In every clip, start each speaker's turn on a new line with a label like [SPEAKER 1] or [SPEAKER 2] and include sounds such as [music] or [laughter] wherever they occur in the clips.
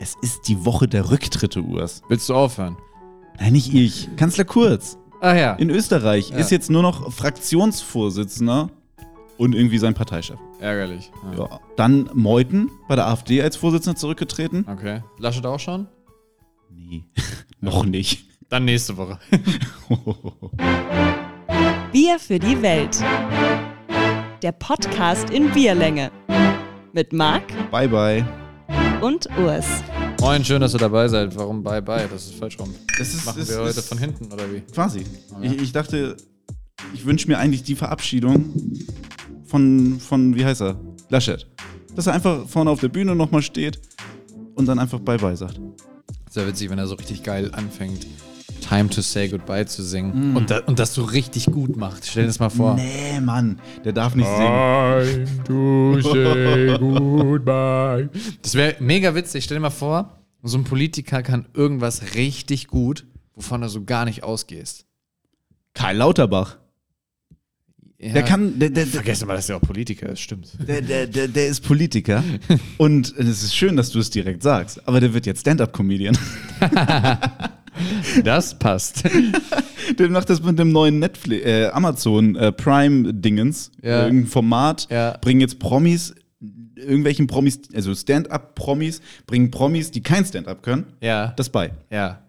[SPEAKER 1] Es ist die Woche der Rücktritte, Urs.
[SPEAKER 2] Willst du aufhören?
[SPEAKER 1] Nein, nicht ich. Kanzler Kurz
[SPEAKER 2] Ah ja.
[SPEAKER 1] in Österreich
[SPEAKER 2] Ja.
[SPEAKER 1] ist jetzt nur noch Fraktionsvorsitzender und irgendwie sein Parteichef.
[SPEAKER 2] Ärgerlich. Ah, Ja.
[SPEAKER 1] Ja. Dann Meuthen bei der AfD als Vorsitzender zurückgetreten.
[SPEAKER 2] Okay. Laschet auch schon?
[SPEAKER 1] Nee, [laughs] noch nicht. [laughs]
[SPEAKER 2] Dann nächste Woche.
[SPEAKER 3] Bier für die Welt. Der Podcast in Bierlänge. Mit Marc
[SPEAKER 1] bye, bye.
[SPEAKER 3] und Urs.
[SPEAKER 2] [laughs] Moin, schön, dass ihr dabei seid. Warum bye bye? Das ist falsch rum.
[SPEAKER 1] Das ist,
[SPEAKER 2] Machen
[SPEAKER 1] ist-
[SPEAKER 2] wir heute
[SPEAKER 1] ist-
[SPEAKER 2] von hinten oder wie?
[SPEAKER 1] Quasi.
[SPEAKER 2] Ah, ja.
[SPEAKER 1] Ich, ich dachte, ich wünsche mir eigentlich die Verabschiedung von, von wie heißt er? Laschet. Dass er einfach vorne auf der Bühne nochmal steht und dann einfach Bye-Bye sagt.
[SPEAKER 2] Sehr witzig, wenn er so richtig geil anfängt, Time to say goodbye zu singen. Und, da, und das so richtig gut macht. Stell dir das mal vor.
[SPEAKER 1] Mm. Nee, Mann, der darf nicht singen.
[SPEAKER 2] Ah. Time to [laughs] say goodbye. Das wäre mega witzig. Stell dir mal vor, so ein Politiker kann irgendwas richtig gut, wovon du so gar nicht ausgehst.
[SPEAKER 1] Karl Lauterbach.
[SPEAKER 2] Ja,
[SPEAKER 1] Der kann, der, der,
[SPEAKER 2] Vergessen mal, dass der auch Politiker ist, stimmt.
[SPEAKER 1] der, der, der, der ist
[SPEAKER 2] [laughs]
[SPEAKER 1] Politiker. und es ist schön, dass du es direkt sagst. Aber der wird jetzt Stand-Up-Comedian. [laughs]
[SPEAKER 2] Das [laughs] passt.
[SPEAKER 1] Der macht das mit dem neuen Netflix, äh, Amazon äh, Prime-Dingens,
[SPEAKER 2] Ja.
[SPEAKER 1] irgendein Format,
[SPEAKER 2] Ja.
[SPEAKER 1] bringen jetzt Promis, irgendwelchen Promis, also Stand-up-Promis, bringen Promis, die kein Stand-up können,
[SPEAKER 2] Ja.
[SPEAKER 1] das bei.
[SPEAKER 2] ja.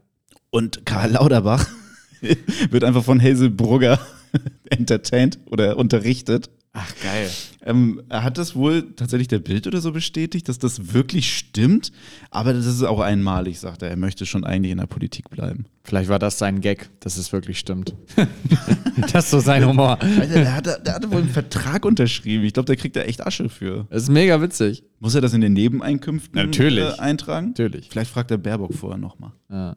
[SPEAKER 1] Und Karl Lauderbach [laughs] wird einfach von Hazel Brugger [laughs] entertained oder unterrichtet.
[SPEAKER 2] Ach, geil.
[SPEAKER 1] Ähm, er hat das wohl tatsächlich der Bild oder so bestätigt, dass das wirklich stimmt, aber das ist auch einmalig, sagt er. Er möchte schon eigentlich in der Politik bleiben.
[SPEAKER 2] Vielleicht war das sein Gag, dass es wirklich [laughs] stimmt. das ist so sein Humor.
[SPEAKER 1] Alter, der hatte, der hatte wohl einen Vertrag unterschrieben. Ich glaube, der kriegt da echt Asche für.
[SPEAKER 2] Das ist mega witzig.
[SPEAKER 1] Muss er das in den Nebeneinkünften
[SPEAKER 2] Natürlich.
[SPEAKER 1] Äh, eintragen?
[SPEAKER 2] Natürlich.
[SPEAKER 1] Vielleicht fragt der Baerbock vorher nochmal.
[SPEAKER 2] Ja.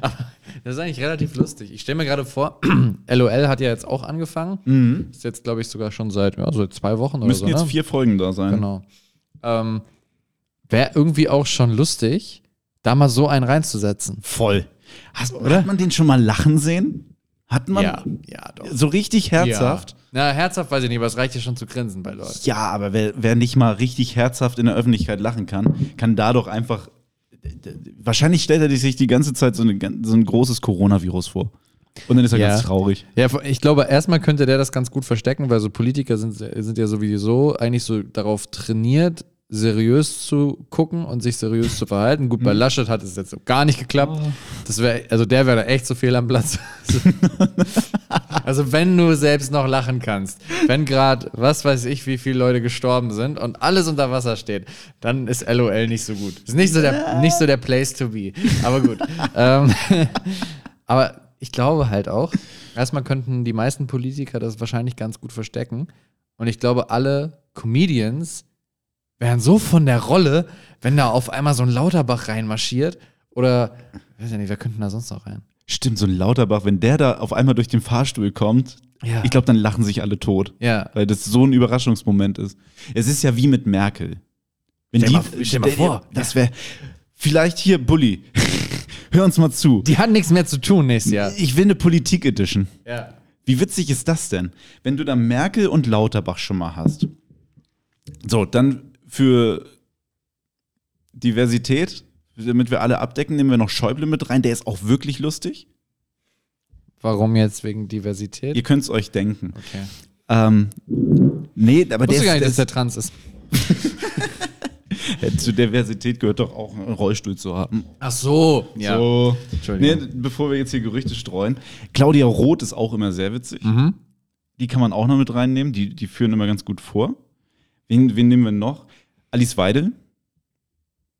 [SPEAKER 2] Aber das ist eigentlich relativ lustig. Ich stelle mir gerade vor, [clears throat] LOL hat ja jetzt auch angefangen. Ist jetzt, glaube ich, sogar schon seit, ja, seit zwei Wochen oder
[SPEAKER 1] Mhm. Müssen
[SPEAKER 2] so.
[SPEAKER 1] jetzt
[SPEAKER 2] ne?
[SPEAKER 1] vier Folgen da sein.
[SPEAKER 2] Genau. Ähm, Wäre irgendwie auch schon lustig, da mal so einen reinzusetzen.
[SPEAKER 1] Voll. Hast, Hat man den schon mal lachen sehen? Hat man
[SPEAKER 2] ja, doch.
[SPEAKER 1] so richtig herzhaft?
[SPEAKER 2] Ja. Na, herzhaft weiß ich nicht, aber es reicht ja schon zu grinsen bei Leuten.
[SPEAKER 1] Ja, aber wer, wer nicht mal richtig herzhaft in der Öffentlichkeit lachen kann, kann da doch einfach. Wahrscheinlich stellt er sich die ganze Zeit so, eine, gan- so ein großes Coronavirus vor. Und dann ist er
[SPEAKER 2] Ja.
[SPEAKER 1] ganz traurig.
[SPEAKER 2] Ja, ich glaube, erstmal könnte der das ganz gut verstecken, weil so Politiker sind, sind ja sowieso eigentlich so darauf trainiert, seriös zu gucken und sich seriös zu verhalten. Gut, bei Laschet hat es jetzt so gar nicht geklappt. Das wäre, also der wäre da echt zu viel am Platz. also wenn du selbst noch lachen kannst, wenn gerade, was weiß ich, wie viele Leute gestorben sind und alles unter Wasser steht, dann ist LOL nicht so gut. Ist nicht so der, nicht so der Place to be. Aber gut. ähm, aber ich glaube halt auch, [laughs] erstmal könnten die meisten Politiker das wahrscheinlich ganz gut verstecken. Und ich glaube, alle Comedians wären so von der Rolle, wenn da auf einmal so ein Lauterbach reinmarschiert. Oder, weiß ja nicht, wer könnten da sonst noch rein?
[SPEAKER 1] Stimmt, so ein Lauterbach, wenn der da auf einmal durch den Fahrstuhl kommt,
[SPEAKER 2] Ja.
[SPEAKER 1] ich glaube, dann lachen sich alle tot.
[SPEAKER 2] Ja.
[SPEAKER 1] Weil das so ein Überraschungsmoment ist. Es ist ja wie mit Merkel. Wenn
[SPEAKER 2] Stell mal- stell mal vor.
[SPEAKER 1] Das wäre. Vielleicht hier, Bulli. [laughs] Hör uns mal zu.
[SPEAKER 2] Die hat nichts mehr zu tun nächstes Jahr.
[SPEAKER 1] Ich will eine Politik-Edition.
[SPEAKER 2] Ja.
[SPEAKER 1] Wie witzig ist das denn? Wenn du da Merkel und Lauterbach schon mal hast. So, dann für Diversität, damit wir alle abdecken, nehmen wir noch Schäuble mit rein. Der ist auch wirklich lustig.
[SPEAKER 2] Warum jetzt wegen Diversität?
[SPEAKER 1] Ihr könnt es euch denken.
[SPEAKER 2] Okay.
[SPEAKER 1] Ähm, nee, aber der
[SPEAKER 2] Wusste
[SPEAKER 1] ist,
[SPEAKER 2] gar
[SPEAKER 1] der
[SPEAKER 2] nicht, dass
[SPEAKER 1] ist
[SPEAKER 2] der trans ist.
[SPEAKER 1] Ja, Zu Diversität gehört doch auch einen Rollstuhl zu haben.
[SPEAKER 2] Ach so. Ja.
[SPEAKER 1] So. Nee,
[SPEAKER 2] Entschuldigung.
[SPEAKER 1] bevor wir jetzt hier Gerüchte streuen. Claudia Roth ist auch immer sehr witzig.
[SPEAKER 2] Mhm.
[SPEAKER 1] Die kann man auch noch mit reinnehmen. Die, die führen immer ganz gut vor. Wen, wen nehmen wir noch? Alice Weidel.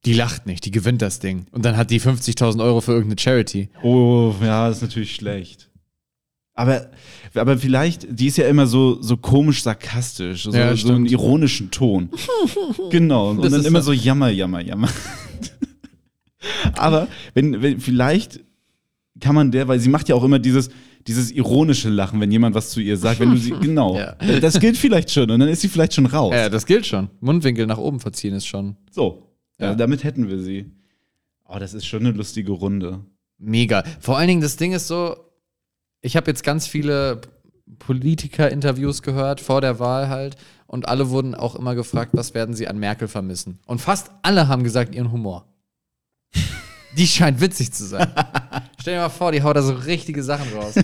[SPEAKER 2] Die lacht nicht, die gewinnt das Ding. Und dann hat die 50.000 Euro für irgendeine Charity.
[SPEAKER 1] Oh, ja, ist natürlich schlecht. Aber, aber vielleicht, die ist ja immer so, so komisch sarkastisch, so,
[SPEAKER 2] Ja,
[SPEAKER 1] so einen
[SPEAKER 2] stimmt.
[SPEAKER 1] ironischen [laughs] Ton. genau. Und
[SPEAKER 2] Das
[SPEAKER 1] dann
[SPEAKER 2] ist
[SPEAKER 1] immer
[SPEAKER 2] das-
[SPEAKER 1] so jammer, jammer, jammer. [laughs] aber wenn, wenn, vielleicht kann man der, weil sie macht ja auch immer dieses, dieses ironische Lachen, wenn jemand was zu ihr sagt, wenn du [laughs] sie, genau.
[SPEAKER 2] Ja.
[SPEAKER 1] Das gilt vielleicht schon und dann ist sie vielleicht schon raus.
[SPEAKER 2] Ja, das gilt schon. Mundwinkel nach oben verziehen ist schon
[SPEAKER 1] So.
[SPEAKER 2] Ja.
[SPEAKER 1] Ja. Damit hätten wir sie. Oh, das ist schon eine lustige Runde.
[SPEAKER 2] mega. Vor allen Dingen, das Ding ist so, ich habe jetzt ganz viele Politiker-Interviews gehört, vor der Wahl halt. Und alle wurden auch immer gefragt, was werden sie an Merkel vermissen. Und fast alle haben gesagt, ihren Humor. [laughs] Die scheint witzig zu sein. Stell dir mal vor, die haut da so richtige Sachen raus.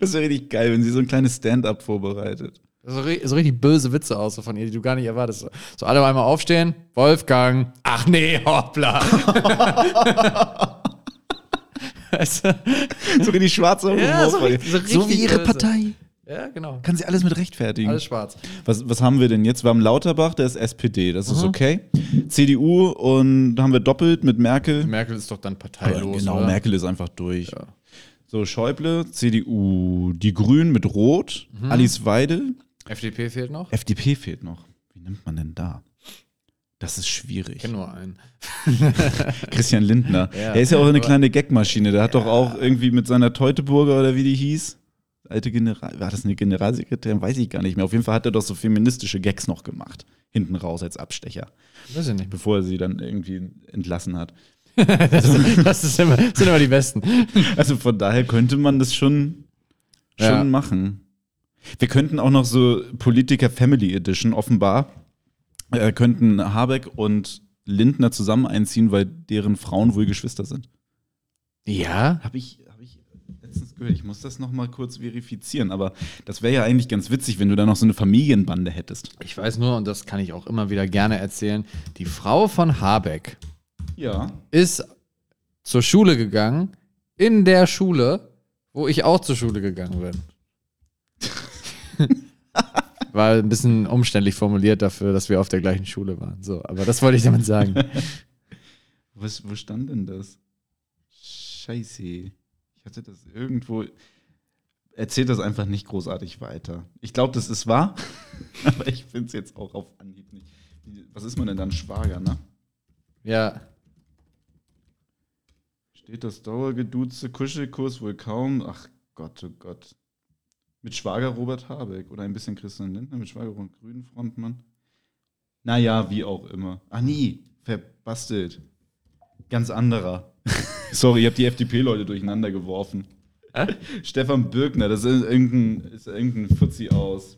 [SPEAKER 1] Das wäre richtig geil, wenn sie so ein kleines Stand-up vorbereitet.
[SPEAKER 2] So, ri- so richtig böse Witze aus so von ihr, die du gar nicht erwartest. So, So alle auf einmal aufstehen. Wolfgang. Ach nee, hoppla. weißt du?
[SPEAKER 1] [laughs] So richtig schwarzer
[SPEAKER 2] Ja,
[SPEAKER 1] Humor
[SPEAKER 2] so
[SPEAKER 1] von ihr.
[SPEAKER 2] richtig- so
[SPEAKER 1] so wie
[SPEAKER 2] richtig
[SPEAKER 1] ihre
[SPEAKER 2] böse.
[SPEAKER 1] Partei.
[SPEAKER 2] Ja, genau.
[SPEAKER 1] Kann sie alles mit rechtfertigen.
[SPEAKER 2] Alles schwarz.
[SPEAKER 1] Was, was haben wir denn jetzt? Wir haben Lauterbach, der ist SPD, das
[SPEAKER 2] Mhm.
[SPEAKER 1] ist okay. CDU und da haben wir doppelt mit Merkel.
[SPEAKER 2] Merkel ist doch dann
[SPEAKER 1] Aber
[SPEAKER 2] parteilos.
[SPEAKER 1] genau,
[SPEAKER 2] oder?
[SPEAKER 1] Merkel ist einfach durch. So, Schäuble, CDU, die Grünen mit Rot,
[SPEAKER 2] Mhm.
[SPEAKER 1] Alice Weidel,
[SPEAKER 2] FDP fehlt noch?
[SPEAKER 1] FDP fehlt noch. Wie nimmt man denn da? Das ist schwierig.
[SPEAKER 2] Ich kenne nur einen.
[SPEAKER 1] Christian Lindner.
[SPEAKER 2] Ja.
[SPEAKER 1] Der ist ja auch eine
[SPEAKER 2] Aber-
[SPEAKER 1] kleine Gagmaschine. Der hat doch auch irgendwie mit seiner Teuteburger oder wie die hieß. Alte General, war das eine Generalsekretärin? Weiß ich gar nicht mehr. Auf jeden Fall hat er doch so feministische Gags noch gemacht. Hinten raus als Abstecher,
[SPEAKER 2] Weiß ich nicht.
[SPEAKER 1] bevor er sie dann irgendwie entlassen hat.
[SPEAKER 2] [laughs] Das ist immer, sind immer die Besten.
[SPEAKER 1] Also von daher könnte man das schon, schon
[SPEAKER 2] Ja.
[SPEAKER 1] machen. Wir könnten auch noch so Politiker Family Edition offenbar, äh, könnten Habeck und Lindner zusammen einziehen, weil deren Frauen wohl Geschwister sind.
[SPEAKER 2] Ja?
[SPEAKER 1] Habe ich, hab ich letztens gehört, ich muss das nochmal kurz verifizieren, aber das wäre ja eigentlich ganz witzig, wenn du da noch so eine Familienbande hättest.
[SPEAKER 2] Ich weiß nur, und das kann ich auch immer wieder gerne erzählen, die Frau von Habeck
[SPEAKER 1] Ja.
[SPEAKER 2] ist zur Schule gegangen, in der Schule, wo ich auch zur Schule gegangen [laughs] bin. War ein bisschen umständlich formuliert dafür, dass wir auf der gleichen Schule waren. So, aber das wollte ich damit sagen. [laughs]
[SPEAKER 1] Was, wo stand denn das? Scheiße. Ich hatte das irgendwo. Erzählt das einfach nicht großartig weiter. Ich glaube, das ist wahr, [laughs] aber ich finde es jetzt auch auf Anhieb nicht. Wie- Was ist man denn dann Schwager, ne?
[SPEAKER 2] Ja.
[SPEAKER 1] Steht das Dauergeduze, Kuschelkurs wohl kaum. Ach Gott, oh Gott. Mit Schwager Robert Habeck oder ein bisschen Christian Lindner, mit Schwager und Grünen Frontmann. Naja, wie auch immer. Ach nee, verbastelt. Ganz anderer. [laughs] Sorry, ich habe die FDP-Leute durcheinander geworfen. [laughs] Stefan Birkner, das ist irgendein, ist irgendein Fuzzi aus.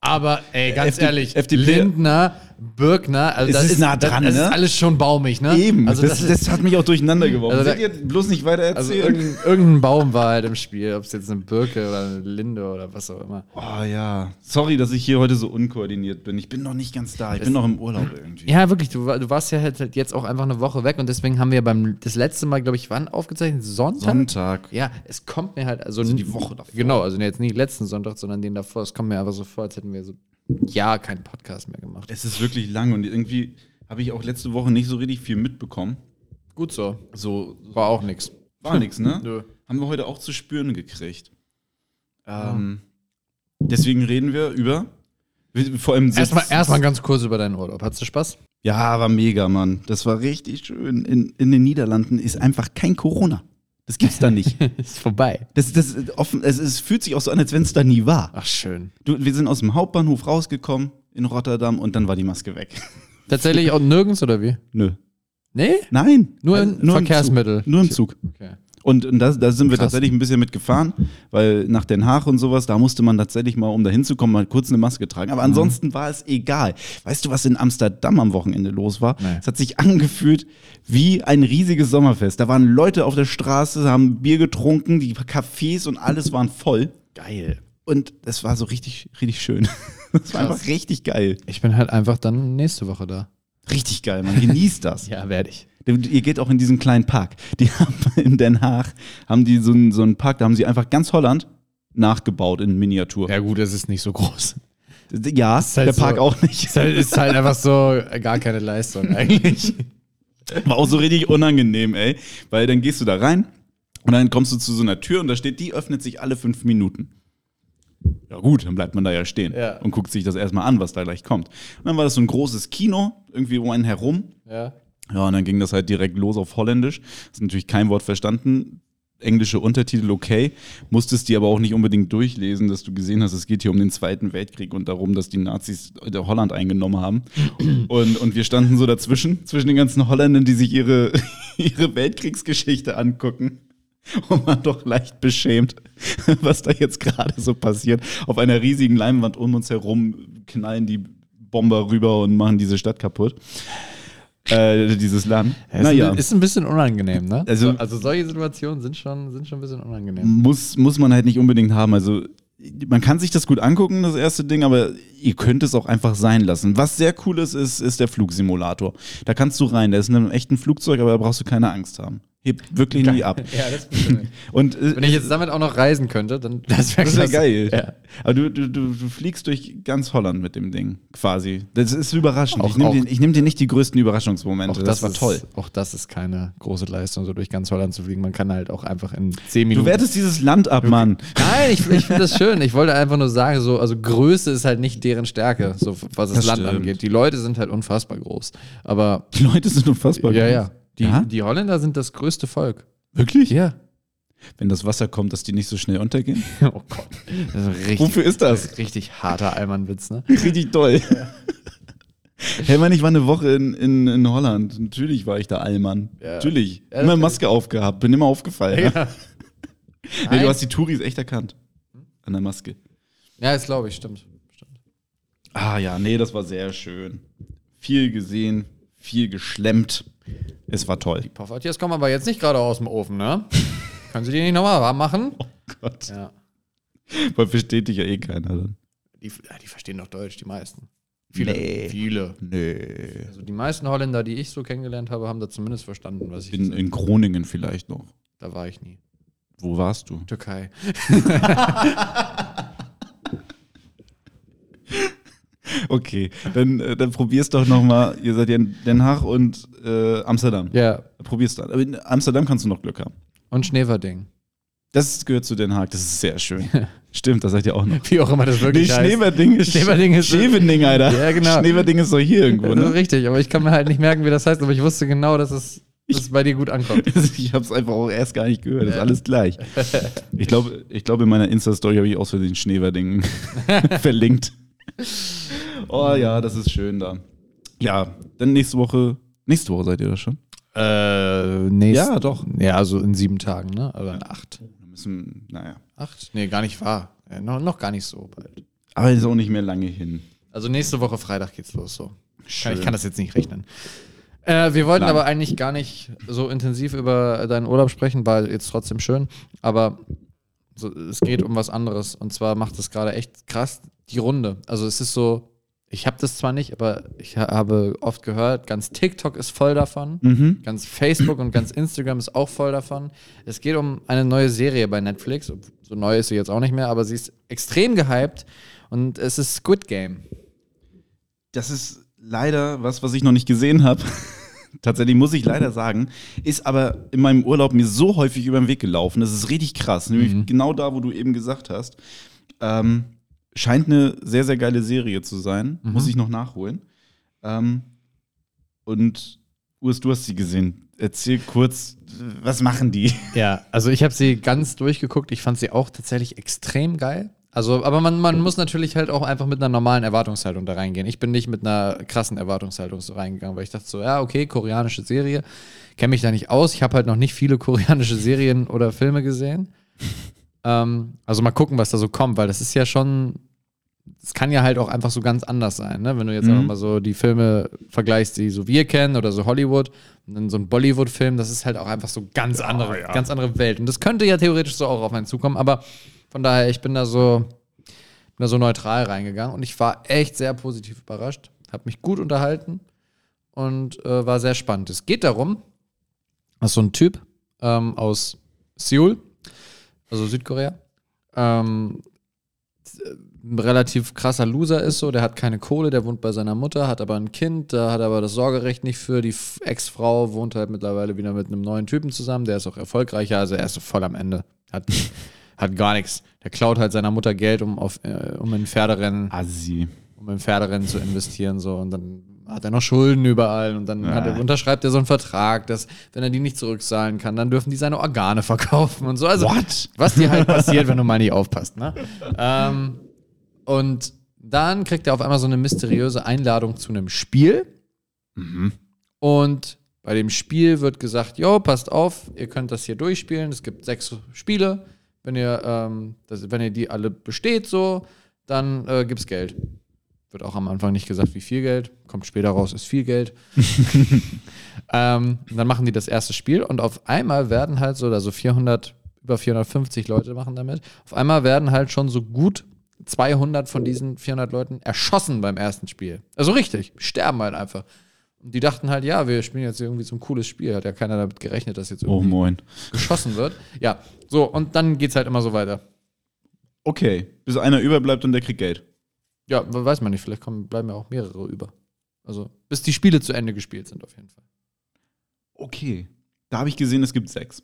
[SPEAKER 2] Aber ey, ganz
[SPEAKER 1] FD
[SPEAKER 2] ehrlich,
[SPEAKER 1] FDP
[SPEAKER 2] Lindner, Birkner, also
[SPEAKER 1] Es
[SPEAKER 2] das
[SPEAKER 1] ist
[SPEAKER 2] ist,
[SPEAKER 1] nah dran,
[SPEAKER 2] das, das
[SPEAKER 1] ne?
[SPEAKER 2] ist alles schon baumig, ne? also das, ist,
[SPEAKER 1] hat mich auch durcheinander geworfen.
[SPEAKER 2] Also da-
[SPEAKER 1] Seht ihr, bloß nicht weiter
[SPEAKER 2] also
[SPEAKER 1] erzählen.
[SPEAKER 2] irgendein, irgendein Baum war halt im Spiel, ob es jetzt eine Birke oder eine Linde oder was auch immer.
[SPEAKER 1] Oh ja, sorry, dass ich hier heute so unkoordiniert bin. Ich bin noch nicht ganz da. Ich bin noch im Urlaub irgendwie.
[SPEAKER 2] Ja, wirklich, du, war- du warst ja halt halt jetzt auch einfach eine Woche weg und deswegen haben wir beim das letzte Mal, glaube ich, wann aufgezeichnet? Sonntag?
[SPEAKER 1] Sonntag.
[SPEAKER 2] Ja, es kommt mir halt, also,
[SPEAKER 1] die Woche davor.
[SPEAKER 2] Genau, also jetzt nicht letzten Sonntag, sondern den davor. Es kommt mir einfach so vor, als hätten wir so ein Jahr keinen Podcast mehr gemacht.
[SPEAKER 1] Es ist wirklich lang und irgendwie habe ich auch letzte Woche nicht so richtig viel mitbekommen.
[SPEAKER 2] Gut so.
[SPEAKER 1] So
[SPEAKER 2] War auch nix.
[SPEAKER 1] war nichts, ne?
[SPEAKER 2] Nö.
[SPEAKER 1] Haben wir heute auch zu spüren gekriegt. Ähm, deswegen reden wir über wir- vor allem
[SPEAKER 2] Erstmal, erstmal ganz kurz über deinen Urlaub. Hattest du Spaß?
[SPEAKER 1] Ja, war mega, Mann. Das war richtig schön. In, in den Niederlanden ist einfach kein Corona. Das gibt's da
[SPEAKER 2] [laughs]
[SPEAKER 1] nicht.
[SPEAKER 2] [laughs] ist vorbei.
[SPEAKER 1] Das, das ist offen, es, es fühlt sich auch so an, als wenn es da nie war.
[SPEAKER 2] Ach, schön.
[SPEAKER 1] Du, wir sind aus dem Hauptbahnhof rausgekommen in Rotterdam und dann war die Maske weg. [laughs]
[SPEAKER 2] Tatsächlich auch nirgends oder wie?
[SPEAKER 1] Nö.
[SPEAKER 2] Nee?
[SPEAKER 1] Nein.
[SPEAKER 2] Äh, Nur
[SPEAKER 1] Also,
[SPEAKER 2] in Verkehrsmittel.
[SPEAKER 1] Im Zug. Nur im Zug.
[SPEAKER 2] Okay.
[SPEAKER 1] Und, und da das sind wir
[SPEAKER 2] Krass.
[SPEAKER 1] tatsächlich ein bisschen mitgefahren, weil nach Den Haag und sowas, da musste man tatsächlich mal, um da hinzukommen, mal kurz eine Maske tragen.
[SPEAKER 2] Mhm.
[SPEAKER 1] Aber ansonsten war es egal. Weißt du, was in Amsterdam am Wochenende los war?
[SPEAKER 2] Nee.
[SPEAKER 1] Es hat sich angefühlt wie ein riesiges Sommerfest. Da waren Leute auf der Straße, haben Bier getrunken, die Cafés und alles waren voll.
[SPEAKER 2] Geil.
[SPEAKER 1] Und es war so richtig, richtig schön. [laughs] Es war
[SPEAKER 2] Krass.
[SPEAKER 1] einfach richtig geil.
[SPEAKER 2] Ich bin halt einfach dann nächste Woche da.
[SPEAKER 1] Richtig geil, man genießt das.
[SPEAKER 2] [laughs] Ja, werde ich.
[SPEAKER 1] Du- Ihr geht auch in diesen kleinen Park. Die haben [laughs] in Den Haag, haben die so einen, so einen Park, da haben sie einfach ganz Holland nachgebaut in Miniatur. Ja,
[SPEAKER 2] Ja, gut, es ist nicht so groß. ist halt
[SPEAKER 1] der Park
[SPEAKER 2] so.
[SPEAKER 1] auch nicht.
[SPEAKER 2] Ist halt, ist halt einfach so gar keine [laughs] Leistung eigentlich. halt
[SPEAKER 1] [laughs] War auch so richtig unangenehm, ey. Weil dann gehst du da rein und dann kommst du zu so einer Tür und da steht, die öffnet sich alle fünf Minuten. Ja gut, dann bleibt man da ja stehen
[SPEAKER 2] Ja.
[SPEAKER 1] und guckt sich das erstmal an, was da gleich kommt. Und dann war das so ein großes Kino, irgendwie um einen herum.
[SPEAKER 2] Ja.
[SPEAKER 1] Ja, und dann ging das halt direkt los auf Holländisch. Hast natürlich kein Wort verstanden. Englische Untertitel okay, musstest die aber auch nicht unbedingt durchlesen, dass du gesehen hast, es geht hier um den Zweiten Weltkrieg und darum, dass die Nazis äh, Holland eingenommen
[SPEAKER 2] [clears throat]
[SPEAKER 1] haben. Und, und wir standen [laughs] so dazwischen, zwischen den ganzen Holländern, die sich ihre, ihre Weltkriegsgeschichte angucken. und waren doch leicht beschämt, [laughs] was da jetzt gerade so passiert. Auf einer riesigen Leinwand um uns herum knallen die Bomber rüber und machen diese Stadt kaputt. Äh, dieses Land.
[SPEAKER 2] Ja, Ist,
[SPEAKER 1] naja,
[SPEAKER 2] ein, ist ein bisschen unangenehm, ne?
[SPEAKER 1] Also-
[SPEAKER 2] So- also solche Situationen sind schon, sind schon ein bisschen unangenehm.
[SPEAKER 1] muss, muss man halt nicht unbedingt haben. Also man kann sich das gut angucken, das erste Ding, aber ihr könnt es auch einfach sein lassen. Was sehr cool ist, ist, ist der Flugsimulator. Da kannst du rein, da ist in einem echten Flugzeug, aber da brauchst du keine Angst haben. Hebt wirklich nie ab.
[SPEAKER 2] [laughs] Ja, das bestimmt.
[SPEAKER 1] [laughs] Und äh,
[SPEAKER 2] Wenn ich jetzt damit auch noch reisen könnte, dann das wäre
[SPEAKER 1] Das wäre
[SPEAKER 2] klasse.
[SPEAKER 1] geil.
[SPEAKER 2] Ja.
[SPEAKER 1] Aber du, du, du, du fliegst durch ganz Holland mit dem Ding, quasi. Das ist überraschend.
[SPEAKER 2] Auch-
[SPEAKER 1] ich nehme
[SPEAKER 2] auch-
[SPEAKER 1] dir, ich nehm dir nicht die größten Überraschungsmomente.
[SPEAKER 2] Auch das, war toll. Ist, auch das ist keine große Leistung, so durch ganz Holland zu fliegen. Man kann halt auch einfach in 10
[SPEAKER 1] Du
[SPEAKER 2] Minuten.
[SPEAKER 1] wertest dieses Land ab, Mann.
[SPEAKER 2] Nein, ich, ich finde das schön. Ich wollte einfach nur sagen, so, also Größe ist halt nicht deren Stärke, so was das,
[SPEAKER 1] Das
[SPEAKER 2] Land
[SPEAKER 1] stimmt.
[SPEAKER 2] angeht. Die Leute sind halt unfassbar groß. Aber
[SPEAKER 1] Die Leute sind unfassbar
[SPEAKER 2] ja,
[SPEAKER 1] groß.
[SPEAKER 2] ja. Die,
[SPEAKER 1] Ja?
[SPEAKER 2] die Holländer sind das größte Volk.
[SPEAKER 1] Wirklich?
[SPEAKER 2] Ja.
[SPEAKER 1] Wenn das Wasser kommt, dass die nicht so schnell untergehen.
[SPEAKER 2] [laughs] Oh Gott. Das ist ein richtig,
[SPEAKER 1] Wofür ist das?
[SPEAKER 2] Richtig harter Allmannwitz, ne?
[SPEAKER 1] Richtig toll. [laughs] Hey Mann, ich war eine Woche in, in, in Holland. Natürlich war ich da Allmann.
[SPEAKER 2] Ja.
[SPEAKER 1] Natürlich.
[SPEAKER 2] Ja,
[SPEAKER 1] immer
[SPEAKER 2] natürlich.
[SPEAKER 1] Maske aufgehabt, bin immer aufgefallen.
[SPEAKER 2] Ja,
[SPEAKER 1] [laughs] Nee,
[SPEAKER 2] Nein.
[SPEAKER 1] du hast die Touris echt erkannt. An der Maske.
[SPEAKER 2] ja das glaube ich, stimmt. stimmt.
[SPEAKER 1] Ah ja, nee, das war sehr schön. Viel gesehen, viel geschlemmt. Es war toll.
[SPEAKER 2] Poffertiers kommen aber jetzt nicht gerade aus dem Ofen, ne? Können Sie die nicht nochmal warm machen?
[SPEAKER 1] Oh Gott.
[SPEAKER 2] Ja.
[SPEAKER 1] [laughs] Weil versteht dich ja eh keiner dann.
[SPEAKER 2] Die, ja, die verstehen doch Deutsch, die meisten. Viele.
[SPEAKER 1] Nee.
[SPEAKER 2] Viele.
[SPEAKER 1] Nee.
[SPEAKER 2] Also die meisten Holländer, die ich so kennengelernt habe, haben da zumindest verstanden, was ich.
[SPEAKER 1] In,
[SPEAKER 2] gesagt-
[SPEAKER 1] in Groningen vielleicht noch.
[SPEAKER 2] da war ich nie.
[SPEAKER 1] Wo warst du?
[SPEAKER 2] Türkei.
[SPEAKER 1] Okay, dann, äh, dann probier's doch nochmal. Ihr seid ja in Den Haag und äh, Amsterdam.
[SPEAKER 2] Ja.
[SPEAKER 1] Probier's dann. Aber in Amsterdam kannst du noch Glück haben.
[SPEAKER 2] Und Schneeverding.
[SPEAKER 1] Das gehört zu Den Haag, das ist sehr schön. Stimmt, das seid ihr
[SPEAKER 2] [laughs]
[SPEAKER 1] auch noch.
[SPEAKER 2] [laughs] Wie auch immer das
[SPEAKER 1] Nee,
[SPEAKER 2] wirklich heißt.
[SPEAKER 1] Schneverding ist,
[SPEAKER 2] Schneverding ist-
[SPEAKER 1] Schevening, Alter.
[SPEAKER 2] Ja, genau.
[SPEAKER 1] Schneverding ist doch
[SPEAKER 2] [laughs]
[SPEAKER 1] hier irgendwo,
[SPEAKER 2] Das ist
[SPEAKER 1] ne?
[SPEAKER 2] richtig, aber ich kann mir halt nicht merken, wie das heißt, aber ich wusste genau, dass es, dass es bei dir gut ankommt.
[SPEAKER 1] [laughs] Ich habe es einfach auch erst gar nicht gehört. Das ist alles gleich. Ich glaube, ich glaub, in meiner Insta-Story habe ich aus Versehen Schneewerding
[SPEAKER 2] [laughs]
[SPEAKER 1] verlinkt. Oh ja, das ist schön da. Ja, dann nächste Woche. Nächste Woche seid ihr da schon.
[SPEAKER 2] [laughs] Äh, nächst,
[SPEAKER 1] Ja, doch.
[SPEAKER 2] Ja, also in sieben Tagen, ne? Aber in acht.
[SPEAKER 1] Wir müssen, naja.
[SPEAKER 2] Acht? Nee, gar nicht wahr. Ja, noch, noch gar nicht so bald.
[SPEAKER 1] Aber ist auch nicht mehr lange hin.
[SPEAKER 2] Also nächste Woche Freitag geht's los, so.
[SPEAKER 1] Schön.
[SPEAKER 2] Ich kann das jetzt nicht rechnen. Äh, wir wollten
[SPEAKER 1] Nein.
[SPEAKER 2] aber eigentlich gar nicht so intensiv über deinen Urlaub sprechen, war jetzt trotzdem schön. Aber so, es geht um was anderes. Und zwar macht es gerade echt krass die Runde. Also es ist so, ich habe das zwar nicht, aber ich ha habe oft gehört, ganz TikTok ist voll davon.
[SPEAKER 1] Mhm.
[SPEAKER 2] Ganz Facebook und ganz Instagram ist auch voll davon. Es geht um eine neue Serie bei Netflix. So neu ist sie jetzt auch nicht mehr, aber sie ist extrem gehypt. Und es ist Squid Game.
[SPEAKER 1] Das ist leider was, was ich noch nicht gesehen habe. [laughs] Tatsächlich muss ich leider sagen, ist aber in meinem Urlaub mir so häufig über den Weg gelaufen. Das ist richtig krass. Nämlich genau da, wo du eben gesagt hast. Ähm, scheint eine sehr, sehr geile Serie zu sein. Muss ich noch nachholen. Ähm, und Urs, du hast sie gesehen. Erzähl kurz, was machen die?
[SPEAKER 2] Ja, also ich habe sie ganz durchgeguckt. Ich fand sie auch tatsächlich extrem geil. Also, aber man, man muss natürlich halt auch einfach mit einer normalen Erwartungshaltung da reingehen. Ich bin nicht mit einer krassen Erwartungshaltung so reingegangen, weil ich dachte so, ja, okay, koreanische Serie, kenne mich da nicht aus. Ich habe halt noch nicht viele koreanische Serien oder Filme gesehen. Ähm, also mal gucken, was da so kommt, weil das ist ja schon, es kann ja halt auch einfach so ganz anders sein, ne? Wenn du jetzt
[SPEAKER 1] Mhm.
[SPEAKER 2] einfach mal so die Filme vergleichst, die so wir kennen oder so Hollywood und dann so ein Bollywood-Film, das ist halt auch einfach so ganz andere, ganz andere Welt. Und das könnte ja theoretisch so auch auf einen zukommen, aber von daher, ich bin da so, bin da so neutral reingegangen und ich war echt sehr positiv überrascht, habe mich gut unterhalten und äh, war sehr spannend. Es geht darum, dass so ein Typ ähm, aus Seoul, also Südkorea, ähm, ein relativ krasser Loser ist so, der hat keine Kohle, der wohnt bei seiner Mutter, hat aber ein Kind, da hat aber das Sorgerecht nicht für. Die F- Ex-Frau wohnt halt mittlerweile wieder mit einem neuen Typen zusammen, der ist auch erfolgreicher, also er ist so voll am Ende. Hat, [laughs] hat gar nichts. Der klaut halt seiner Mutter Geld, um, auf, äh, um in Pferderennen
[SPEAKER 1] Assi.
[SPEAKER 2] um im Pferderennen zu investieren so und dann hat er noch Schulden überall und dann hat er, unterschreibt er so einen Vertrag, dass wenn er die nicht zurückzahlen kann, dann dürfen die seine Organe [laughs] verkaufen und so. Also
[SPEAKER 1] What?
[SPEAKER 2] was dir halt passiert, wenn du mal nicht aufpasst, ne? ähm, und dann kriegt er auf einmal so eine mysteriöse Einladung zu einem Spiel und Bei dem Spiel wird gesagt, jo, passt auf, ihr könnt das hier durchspielen. Es gibt sechs Spiele. Wenn ihr, ähm, das, wenn ihr die alle besteht, so, dann äh, gibt's Geld. Wird auch am Anfang nicht gesagt, wie viel Geld. Kommt später raus, ist viel Geld. ähm, und dann machen die das erste Spiel und auf einmal werden halt so, also 400, über 450 Leute machen damit. Auf einmal werden halt schon so gut 200 von diesen 400 Leuten erschossen beim ersten Spiel. Also richtig, sterben halt einfach. Und die dachten halt, ja, wir spielen jetzt irgendwie so ein cooles Spiel. Hat ja keiner damit gerechnet, dass jetzt
[SPEAKER 1] Oh
[SPEAKER 2] irgendwie
[SPEAKER 1] moin.
[SPEAKER 2] geschossen wird. Ja, so, und dann geht's halt immer so weiter.
[SPEAKER 1] Okay, bis einer überbleibt und der kriegt Geld.
[SPEAKER 2] Ja, we- weiß man nicht, vielleicht kommen, bleiben ja auch mehrere über. Also, bis die Spiele zu Ende gespielt sind, auf jeden Fall.
[SPEAKER 1] Okay. Da habe ich gesehen, es gibt sechs.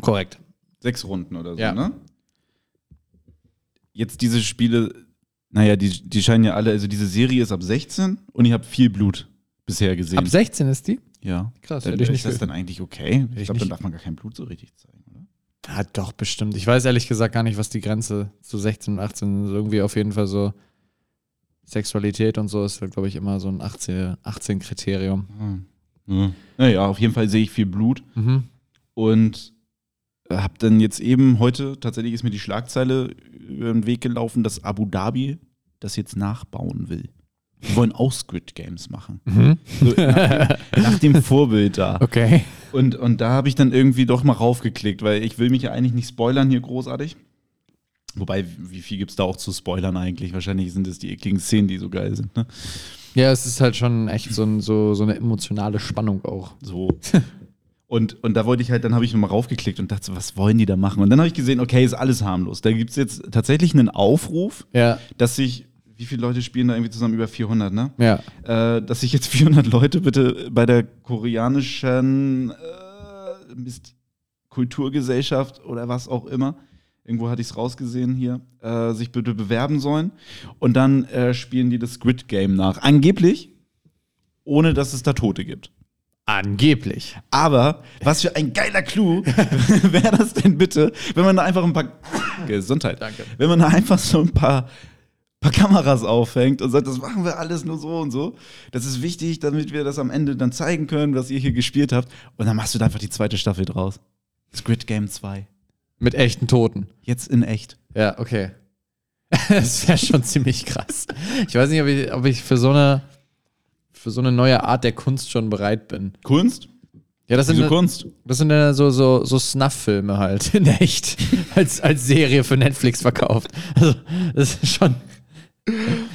[SPEAKER 2] Korrekt.
[SPEAKER 1] Sechs Runden oder so,
[SPEAKER 2] Ja.
[SPEAKER 1] ne? Jetzt diese Spiele, naja, die, die scheinen ja alle, also diese Serie ist ab 16 und ich habe viel Blut bisher gesehen.
[SPEAKER 2] Ab 16 ist die?
[SPEAKER 1] Ja.
[SPEAKER 2] Krass,
[SPEAKER 1] Dann,
[SPEAKER 2] hätte ich
[SPEAKER 1] ist
[SPEAKER 2] nicht
[SPEAKER 1] das
[SPEAKER 2] ge-
[SPEAKER 1] dann eigentlich okay? Ich
[SPEAKER 2] ich
[SPEAKER 1] glaube, dann
[SPEAKER 2] nicht-
[SPEAKER 1] darf man gar kein Blut so richtig zeigen, oder?
[SPEAKER 2] Ja, Ah, doch, bestimmt. Ich weiß ehrlich gesagt gar nicht, was die Grenze zu 16 und 18 ist. Irgendwie auf jeden Fall so Sexualität und so ist, glaube ich, immer so ein 18 18-Kriterium.
[SPEAKER 1] Hm. Ja. Naja, auf jeden Fall sehe ich viel Blut
[SPEAKER 2] mhm.
[SPEAKER 1] und habe dann jetzt eben heute, tatsächlich ist mir die Schlagzeile über den Weg gelaufen, dass Abu Dhabi das jetzt nachbauen will. Die wollen auch Squid Games machen.
[SPEAKER 2] Mhm.
[SPEAKER 1] So, nach, dem, nach dem Vorbild da.
[SPEAKER 2] Okay.
[SPEAKER 1] Und, und da habe ich dann irgendwie doch mal raufgeklickt, weil ich will mich ja eigentlich nicht spoilern hier großartig. Wobei, wie viel gibt es da auch zu spoilern eigentlich? Wahrscheinlich sind es die ekligen Szenen, die so geil sind. Ne?
[SPEAKER 2] [laughs] Ja, es ist halt schon echt so, ein, so, so eine emotionale Spannung auch.
[SPEAKER 1] So. Und, und da wollte ich halt, dann habe ich nochmal raufgeklickt und dachte, so, was wollen die da machen? Und dann habe ich gesehen, okay, ist alles harmlos. Da gibt es jetzt tatsächlich einen Aufruf,
[SPEAKER 2] Ja,
[SPEAKER 1] dass sich, wie viele Leute spielen da irgendwie zusammen? Über 400, ne?
[SPEAKER 2] ja.
[SPEAKER 1] äh, dass sich jetzt [laughs] 400 Leute bitte bei der koreanischen äh, Mist, Kulturgesellschaft oder was auch immer, irgendwo hatte ich es rausgesehen hier, äh, sich bitte bewerben sollen. Und dann äh, spielen die das Squid Game nach. Angeblich, ohne dass es da Tote gibt.
[SPEAKER 2] Angeblich.
[SPEAKER 1] Aber was für ein geiler Clou [laughs] wäre das denn bitte, wenn man da einfach ein paar [laughs] Gesundheit,
[SPEAKER 2] Danke.
[SPEAKER 1] wenn man [laughs] da einfach so ein paar, paar Kameras aufhängt und sagt, das machen wir alles nur so und so. Das ist wichtig, damit wir das am Ende dann zeigen können, was ihr hier gespielt habt. Und dann machst du da einfach die zweite Staffel draus. Squid Game 2.
[SPEAKER 2] Mit echten Toten.
[SPEAKER 1] Jetzt in echt.
[SPEAKER 2] Ja, okay. [laughs] Das wäre schon ziemlich krass. Ich weiß nicht, ob ich, ob ich für so eine für so eine neue Art der Kunst schon bereit bin.
[SPEAKER 1] Kunst?
[SPEAKER 2] Ja, das sind,
[SPEAKER 1] Wieso Kunst?
[SPEAKER 2] das sind ja so, so, so Snuff-Filme halt, in echt. [laughs] Als, als Serie für Netflix verkauft. Also, das ist schon.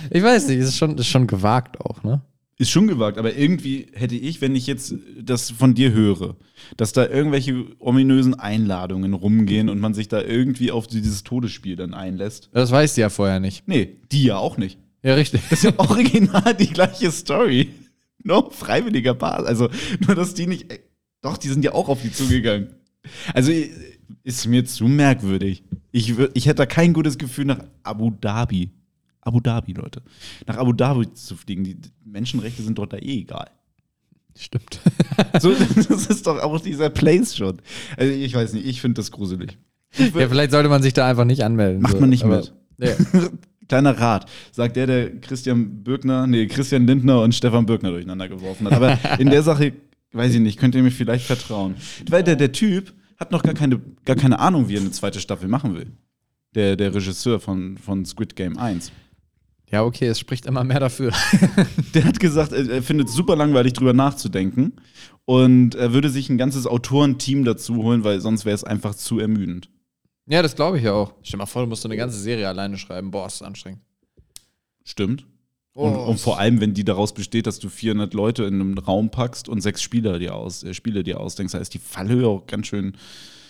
[SPEAKER 2] Ich weiß nicht, das ist schon, das ist schon gewagt auch, ne?
[SPEAKER 1] Ist schon gewagt, aber irgendwie hätte ich, wenn ich jetzt das von dir höre, dass da irgendwelche ominösen Einladungen rumgehen und man sich da irgendwie auf dieses Todesspiel dann einlässt.
[SPEAKER 2] Das weißt du ja vorher nicht.
[SPEAKER 1] Nee, die ja auch nicht.
[SPEAKER 2] Ja, richtig. [laughs]
[SPEAKER 1] Das ist ja original die gleiche Story. No, freiwilliger Paar. Also, nur dass die nicht. Doch, die sind ja auch auf die zugegangen. Also, ist mir zu merkwürdig. Ich, wür- ich hätte da kein gutes Gefühl nach Abu Dhabi. Abu Dhabi, Leute. Nach Abu Dhabi zu fliegen. Die Menschenrechte sind dort da eh egal.
[SPEAKER 2] Stimmt.
[SPEAKER 1] So, [laughs] das ist doch auch dieser Place schon. Also ich weiß nicht, ich finde das gruselig.
[SPEAKER 2] Ja, vielleicht sollte man sich da einfach nicht anmelden.
[SPEAKER 1] Macht man nicht mit.
[SPEAKER 2] Nee.
[SPEAKER 1] Kleiner Rat, sagt der, der Christian Bürgner, nee, Christian Lindner und Stefan Bürgner durcheinander geworfen hat. Aber in der Sache, weiß ich nicht, könnt ihr mir vielleicht vertrauen. Weil der, der Typ hat noch gar keine, gar keine Ahnung, wie er eine zweite Staffel machen will. Der, der Regisseur von, von Squid Game 1.
[SPEAKER 2] Ja, okay, es spricht immer mehr dafür.
[SPEAKER 1] Der hat gesagt, er er findet es super langweilig, drüber nachzudenken. Und er würde sich ein ganzes Autorenteam dazu holen, weil sonst wäre es einfach zu ermüdend.
[SPEAKER 2] Ja, das glaube ich ja auch. Stell dir mal vor, du musst so eine ganze Serie alleine schreiben. Boah, ist das anstrengend. Oh.
[SPEAKER 1] Stimmt. Und, und vor allem, wenn die daraus besteht, dass du 400 Leute in einem Raum packst und sechs Spieler dir aus, äh, Spiele dir ausdenkst, da ist die Fallhöhe auch ganz schön.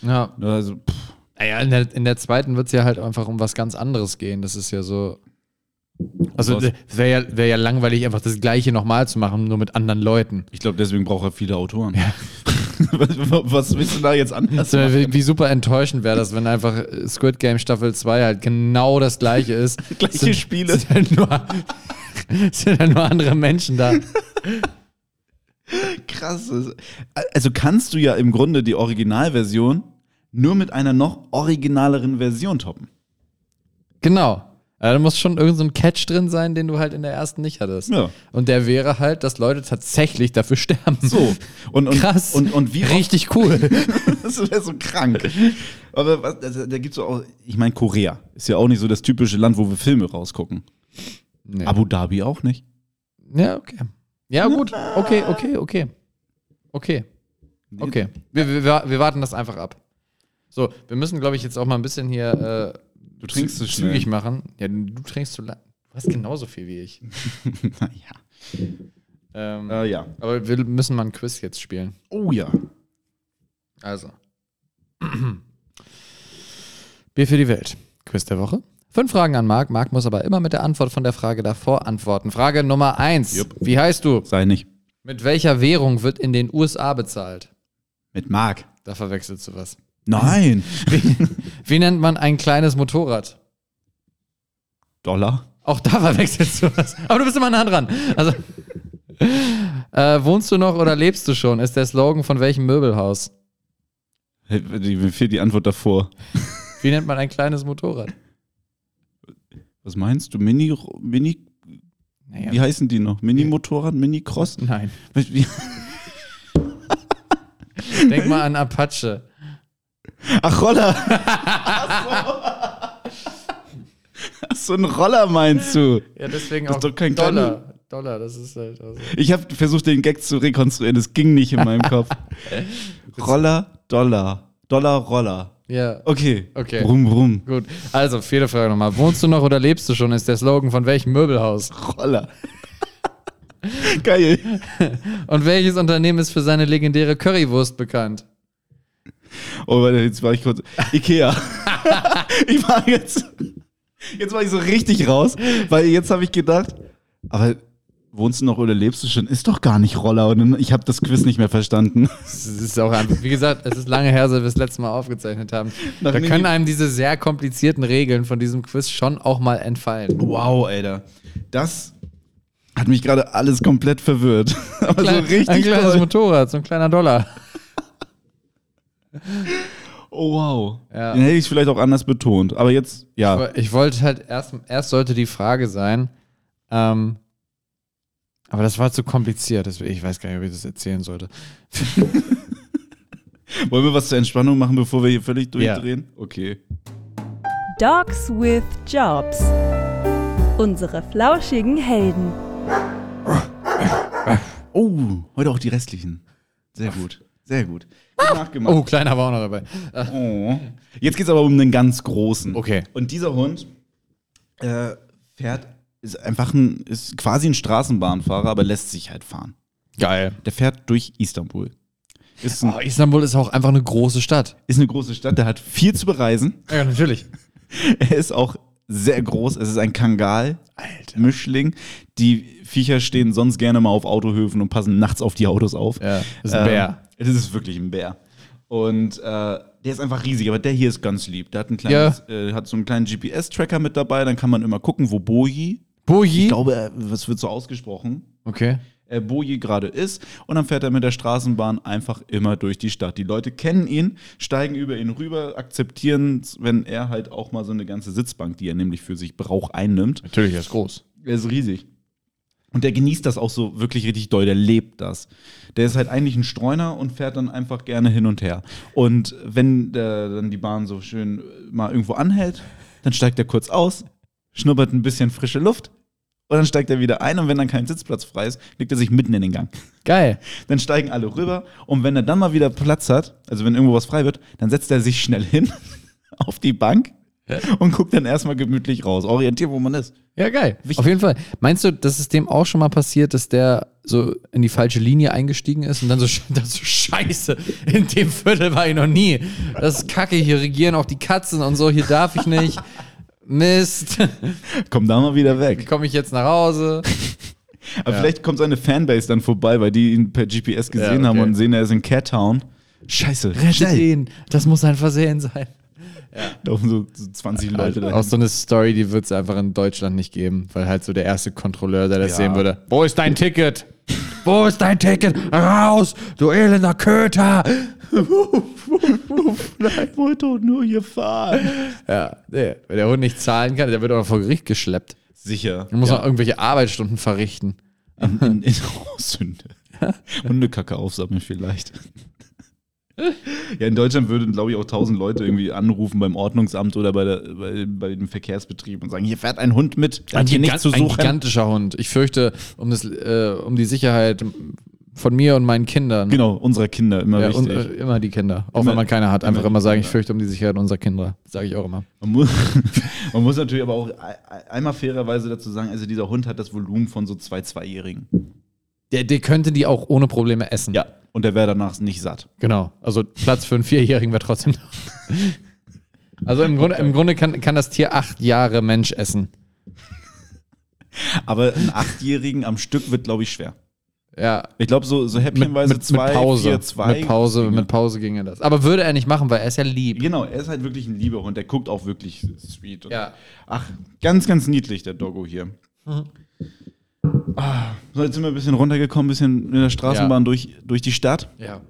[SPEAKER 2] Ja.
[SPEAKER 1] ne, Also, pff,
[SPEAKER 2] Naja, in der, in der zweiten wird es ja halt einfach um was ganz anderes gehen. Das ist ja so. Also
[SPEAKER 1] was?
[SPEAKER 2] wäre ja, wär ja langweilig, einfach das Gleiche nochmal zu machen, nur mit anderen Leuten.
[SPEAKER 1] ich glaube, deswegen braucht er viele Autoren. [laughs] was, was willst du da jetzt anders?
[SPEAKER 2] Also, wie, wie super enttäuschend wäre das, wenn einfach äh, Squid Game Staffel 2 halt genau das [laughs] Gleiche ist.
[SPEAKER 1] Gleiche
[SPEAKER 2] Sind-
[SPEAKER 1] Spiele.
[SPEAKER 2] Sind halt nur, sind halt nur [laughs] andere Menschen da.
[SPEAKER 1] Krass. das- Also kannst du ja im Grunde die Originalversion nur mit einer noch originaleren Version toppen.
[SPEAKER 2] Genau. Ja, da muss schon irgendein so ein Catch drin sein, den du halt in der ersten nicht hattest.
[SPEAKER 1] Ja.
[SPEAKER 2] Und der wäre halt, dass Leute tatsächlich dafür sterben.
[SPEAKER 1] So. Und, und,
[SPEAKER 2] Krass.
[SPEAKER 1] Und, und wie oft,
[SPEAKER 2] Richtig cool.
[SPEAKER 1] [laughs] das wäre so krank. Aber was, also, da gibt's auch, ich meine, Korea ist ja auch nicht so das typische Land, wo wir Filme rausgucken.
[SPEAKER 2] Nee.
[SPEAKER 1] Abu Dhabi auch nicht.
[SPEAKER 2] Ja, okay. Ja, gut. Okay, okay, okay. Okay, okay. Wir, wir, wir warten das einfach ab. So, wir müssen, glaube ich, jetzt auch mal ein bisschen hier äh,
[SPEAKER 1] Du trinkst zu schnell.
[SPEAKER 2] zügig machen. Ja, du du trinkst zu lang. Du hast genauso viel wie
[SPEAKER 1] [laughs]
[SPEAKER 2] ich.
[SPEAKER 1] naja.
[SPEAKER 2] Ähm,
[SPEAKER 1] Äh, ja.
[SPEAKER 2] Aber wir müssen mal ein Quiz jetzt spielen.
[SPEAKER 1] Oh ja.
[SPEAKER 2] Also. Bier für die Welt. Quiz der Woche. Fünf Fragen an Marc. Marc muss aber immer mit der Antwort von der Frage davor antworten. Frage Nummer eins.
[SPEAKER 1] Jupp.
[SPEAKER 2] Wie heißt du?
[SPEAKER 1] Sei nicht.
[SPEAKER 2] Mit welcher Währung wird in den USA bezahlt?
[SPEAKER 1] Mit Mark.
[SPEAKER 2] Da verwechselst du was.
[SPEAKER 1] Nein.
[SPEAKER 2] Wie nennt man ein kleines Motorrad?
[SPEAKER 1] Dollar.
[SPEAKER 2] Auch da [laughs] verwechselst du was. Aber du bist immer nah dran. Also, [laughs] äh, wohnst du noch oder lebst du schon? Ist der Slogan von welchem Möbelhaus?
[SPEAKER 1] Hey, die- Mir fehlt die Antwort davor.
[SPEAKER 2] Wie nennt man ein kleines Motorrad?
[SPEAKER 1] Was meinst du? Mini, Mini,
[SPEAKER 2] Naja,
[SPEAKER 1] wie heißen die noch? Mini-Motorrad, Mini-Cross?
[SPEAKER 2] nein.
[SPEAKER 1] Wie- [laughs]
[SPEAKER 2] Denk mal an Apache.
[SPEAKER 1] Ach, Roller. Ach so. Ach, so ein Roller meinst du?
[SPEAKER 2] Ja, deswegen
[SPEAKER 1] Das
[SPEAKER 2] auch
[SPEAKER 1] ist doch kein
[SPEAKER 2] Dollar. Dollar, das ist halt. Also.
[SPEAKER 1] Ich habe versucht, den Gag zu rekonstruieren. Das ging nicht in meinem Kopf. Roller, Dollar. Dollar, Roller.
[SPEAKER 2] Ja.
[SPEAKER 1] Okay.
[SPEAKER 2] Okay.
[SPEAKER 1] Brumm, brumm.
[SPEAKER 2] Gut. Also, vierte Frage nochmal. Wohnst du noch oder lebst du schon? Ist der Slogan von welchem Möbelhaus?
[SPEAKER 1] Roller. Geil.
[SPEAKER 2] Und welches Unternehmen ist für seine legendäre Currywurst bekannt?
[SPEAKER 1] Oh, warte, jetzt war ich kurz. Ikea. ich war jetzt. Jetzt war ich so richtig raus, weil jetzt habe ich gedacht, aber wohnst du noch oder lebst du schon? Ist doch gar nicht Roller. Und dann- ich habe das Quiz nicht mehr verstanden.
[SPEAKER 2] Es ist auch einfach, wie gesagt, es ist lange her, seit wir das letzte Mal aufgezeichnet haben.
[SPEAKER 1] Nach
[SPEAKER 2] da
[SPEAKER 1] dem-
[SPEAKER 2] können einem diese sehr komplizierten Regeln von diesem Quiz schon auch mal entfallen.
[SPEAKER 1] Wow, Alter. Das hat mich gerade alles komplett verwirrt. [laughs] Aber so
[SPEAKER 2] Klein- ein
[SPEAKER 1] Also richtig
[SPEAKER 2] kleines
[SPEAKER 1] toll.
[SPEAKER 2] Motorrad, so ein kleiner Dollar.
[SPEAKER 1] Oh, wow.
[SPEAKER 2] Ja.
[SPEAKER 1] Den hätte ich vielleicht auch anders betont. Aber jetzt, ja.
[SPEAKER 2] Aber Ich wollte halt erst, erst sollte die Frage sein, ähm, aber das war zu kompliziert, deswegen, ich weiß gar nicht, ob ich das erzählen sollte.
[SPEAKER 1] Wollen wir was zur Entspannung machen, bevor wir hier völlig durchdrehen? Okay.
[SPEAKER 3] Dogs with Jobs. Unsere flauschigen Helden.
[SPEAKER 1] Oh, heute auch die restlichen. Sehr gut. Sehr gut. Gut Nachgemacht.
[SPEAKER 2] Oh, kleiner war auch noch dabei. Äh,
[SPEAKER 1] Oh. Jetzt geht's aber um einen ganz großen.
[SPEAKER 2] Okay.
[SPEAKER 1] Und dieser Hund äh, fährt, ist einfach ein, ist quasi ein Straßenbahnfahrer, aber lässt sich halt fahren.
[SPEAKER 2] Geil.
[SPEAKER 1] Der fährt durch Istanbul. Ist ein
[SPEAKER 2] Oh, Istanbul ist auch einfach eine große Stadt.
[SPEAKER 1] ist eine große Stadt, der hat viel zu bereisen. [laughs]
[SPEAKER 2] Ja, natürlich.
[SPEAKER 1] Er ist auch sehr groß, es ist ein Kangal. Mischling. Die Viecher stehen sonst gerne mal auf Autohöfen und passen nachts auf die Autos auf.
[SPEAKER 2] Ja, ist ein Bär.
[SPEAKER 1] Ähm, das ist wirklich ein Bär. Und äh, der ist einfach riesig, aber der hier ist ganz lieb. Der hat, ein kleines, äh, hat so einen kleinen GPS-Tracker mit dabei, dann kann man immer gucken, wo Boji, ich
[SPEAKER 2] Boji.
[SPEAKER 1] glaube, äh, was wird so ausgesprochen,
[SPEAKER 2] Okay.
[SPEAKER 1] äh, Boje gerade ist. Und dann fährt er mit der Straßenbahn einfach immer durch die Stadt. Die Leute kennen ihn, steigen über ihn rüber, akzeptieren es, wenn er halt auch mal so eine ganze Sitzbank, die er nämlich für sich braucht, einnimmt.
[SPEAKER 2] Natürlich, er ist groß.
[SPEAKER 1] Er ist riesig. Und der genießt das auch so wirklich richtig doll, der lebt das. Der ist halt eigentlich ein Streuner und fährt dann einfach gerne hin und her. Und wenn der, dann die Bahn so schön mal irgendwo anhält, dann steigt er kurz aus, schnuppert ein bisschen frische Luft und dann steigt er wieder ein. Und wenn dann kein Sitzplatz frei ist, legt er sich mitten in den Gang.
[SPEAKER 2] Geil.
[SPEAKER 1] Dann steigen alle rüber und wenn er dann mal wieder Platz hat, also wenn irgendwo was frei wird, dann setzt er sich schnell hin [laughs] auf die Bank und guckt dann erstmal gemütlich raus. Orientiert, wo man ist.
[SPEAKER 2] Ja, geil.
[SPEAKER 1] Wichtig.
[SPEAKER 2] Auf jeden Fall. Meinst du, dass es dem auch schon mal passiert, dass der so in die falsche Linie eingestiegen ist und dann so, sch- [laughs] dann so scheiße, in dem Viertel war ich noch nie. Das ist kacke, hier regieren auch die Katzen und so, hier darf ich nicht. Mist, [laughs]
[SPEAKER 1] Komm da mal wieder weg.
[SPEAKER 2] komme ich jetzt nach Hause?
[SPEAKER 1] Aber vielleicht kommt seine Fanbase dann vorbei, weil die ihn per GPS gesehen
[SPEAKER 2] Ja, okay.
[SPEAKER 1] haben und sehen, er ist in Cat Town. Scheiße, [laughs] schnell.
[SPEAKER 2] Den, das muss ein Versehen sein.
[SPEAKER 1] Laufen so, so 20 Leute
[SPEAKER 2] Also,
[SPEAKER 1] da. [laughs]
[SPEAKER 2] auch so eine Story, die wird es einfach in Deutschland nicht geben, weil halt so der erste Kontrolleur, der das
[SPEAKER 1] Ja.
[SPEAKER 2] sehen würde. Wo ist dein Ticket? Wo ist dein Ticket? Raus, du elender Köter!
[SPEAKER 1] Ich wollte doch nur hier fahren.
[SPEAKER 2] Ja, nee. Wenn der Hund nicht zahlen kann, der wird auch noch vor Gericht geschleppt.
[SPEAKER 1] Sicher.
[SPEAKER 2] Dann muss
[SPEAKER 1] ja.
[SPEAKER 2] noch irgendwelche Arbeitsstunden verrichten.
[SPEAKER 1] in, in, in oh, Sünde. [laughs] Hundekacke aufsammeln vielleicht. Ja, in Deutschland würden, glaube ich, auch tausend Leute irgendwie anrufen beim Ordnungsamt oder bei, der, bei, bei dem Verkehrsbetrieb und sagen, hier fährt ein Hund mit, der hat hier nichts zu
[SPEAKER 2] ein
[SPEAKER 1] suchen.
[SPEAKER 2] gigantischer Hund. Ich fürchte, um, das, äh, um die Sicherheit von mir und meinen Kindern.
[SPEAKER 1] Genau, unserer Kinder, immer
[SPEAKER 2] Ja, und,
[SPEAKER 1] wichtig.
[SPEAKER 2] äh, immer die Kinder. Auch
[SPEAKER 1] Immer-
[SPEAKER 2] wenn man keine hat. Einfach
[SPEAKER 1] immer die
[SPEAKER 2] immer sagen, ich
[SPEAKER 1] Kinder.
[SPEAKER 2] fürchte um die Sicherheit unserer Kinder. Sage ich auch immer.
[SPEAKER 1] Man muss, [laughs] man muss natürlich aber auch ei- ei- einmal fairerweise dazu sagen, also dieser Hund hat das Volumen von so zwei Zweijährigen.
[SPEAKER 2] Der, der könnte die auch ohne Probleme essen.
[SPEAKER 1] Ja. Und der wäre danach nicht satt.
[SPEAKER 2] Genau. Also Platz für einen Vierjährigen wäre trotzdem. also im Grunde, im Grunde kann, kann das Tier acht Jahre Mensch essen.
[SPEAKER 1] Aber einen Achtjährigen am Stück wird, glaube ich, schwer.
[SPEAKER 2] Ja.
[SPEAKER 1] Ich glaube, so, so häppchenweise zwei,
[SPEAKER 2] Pause.
[SPEAKER 1] vier, zwei.
[SPEAKER 2] mit Pause, mit Pause ginge das. Aber würde er nicht machen, weil er ist ja lieb.
[SPEAKER 1] Genau, er ist halt wirklich ein lieber Hund. Der guckt auch wirklich sweet. Und
[SPEAKER 2] Ja.
[SPEAKER 1] Ach, ganz, ganz niedlich, der Doggo hier.
[SPEAKER 2] Mhm.
[SPEAKER 1] Ah, so, jetzt sind wir ein bisschen runtergekommen, ein bisschen in der Straßenbahn durch, durch die Stadt.
[SPEAKER 2] Ja.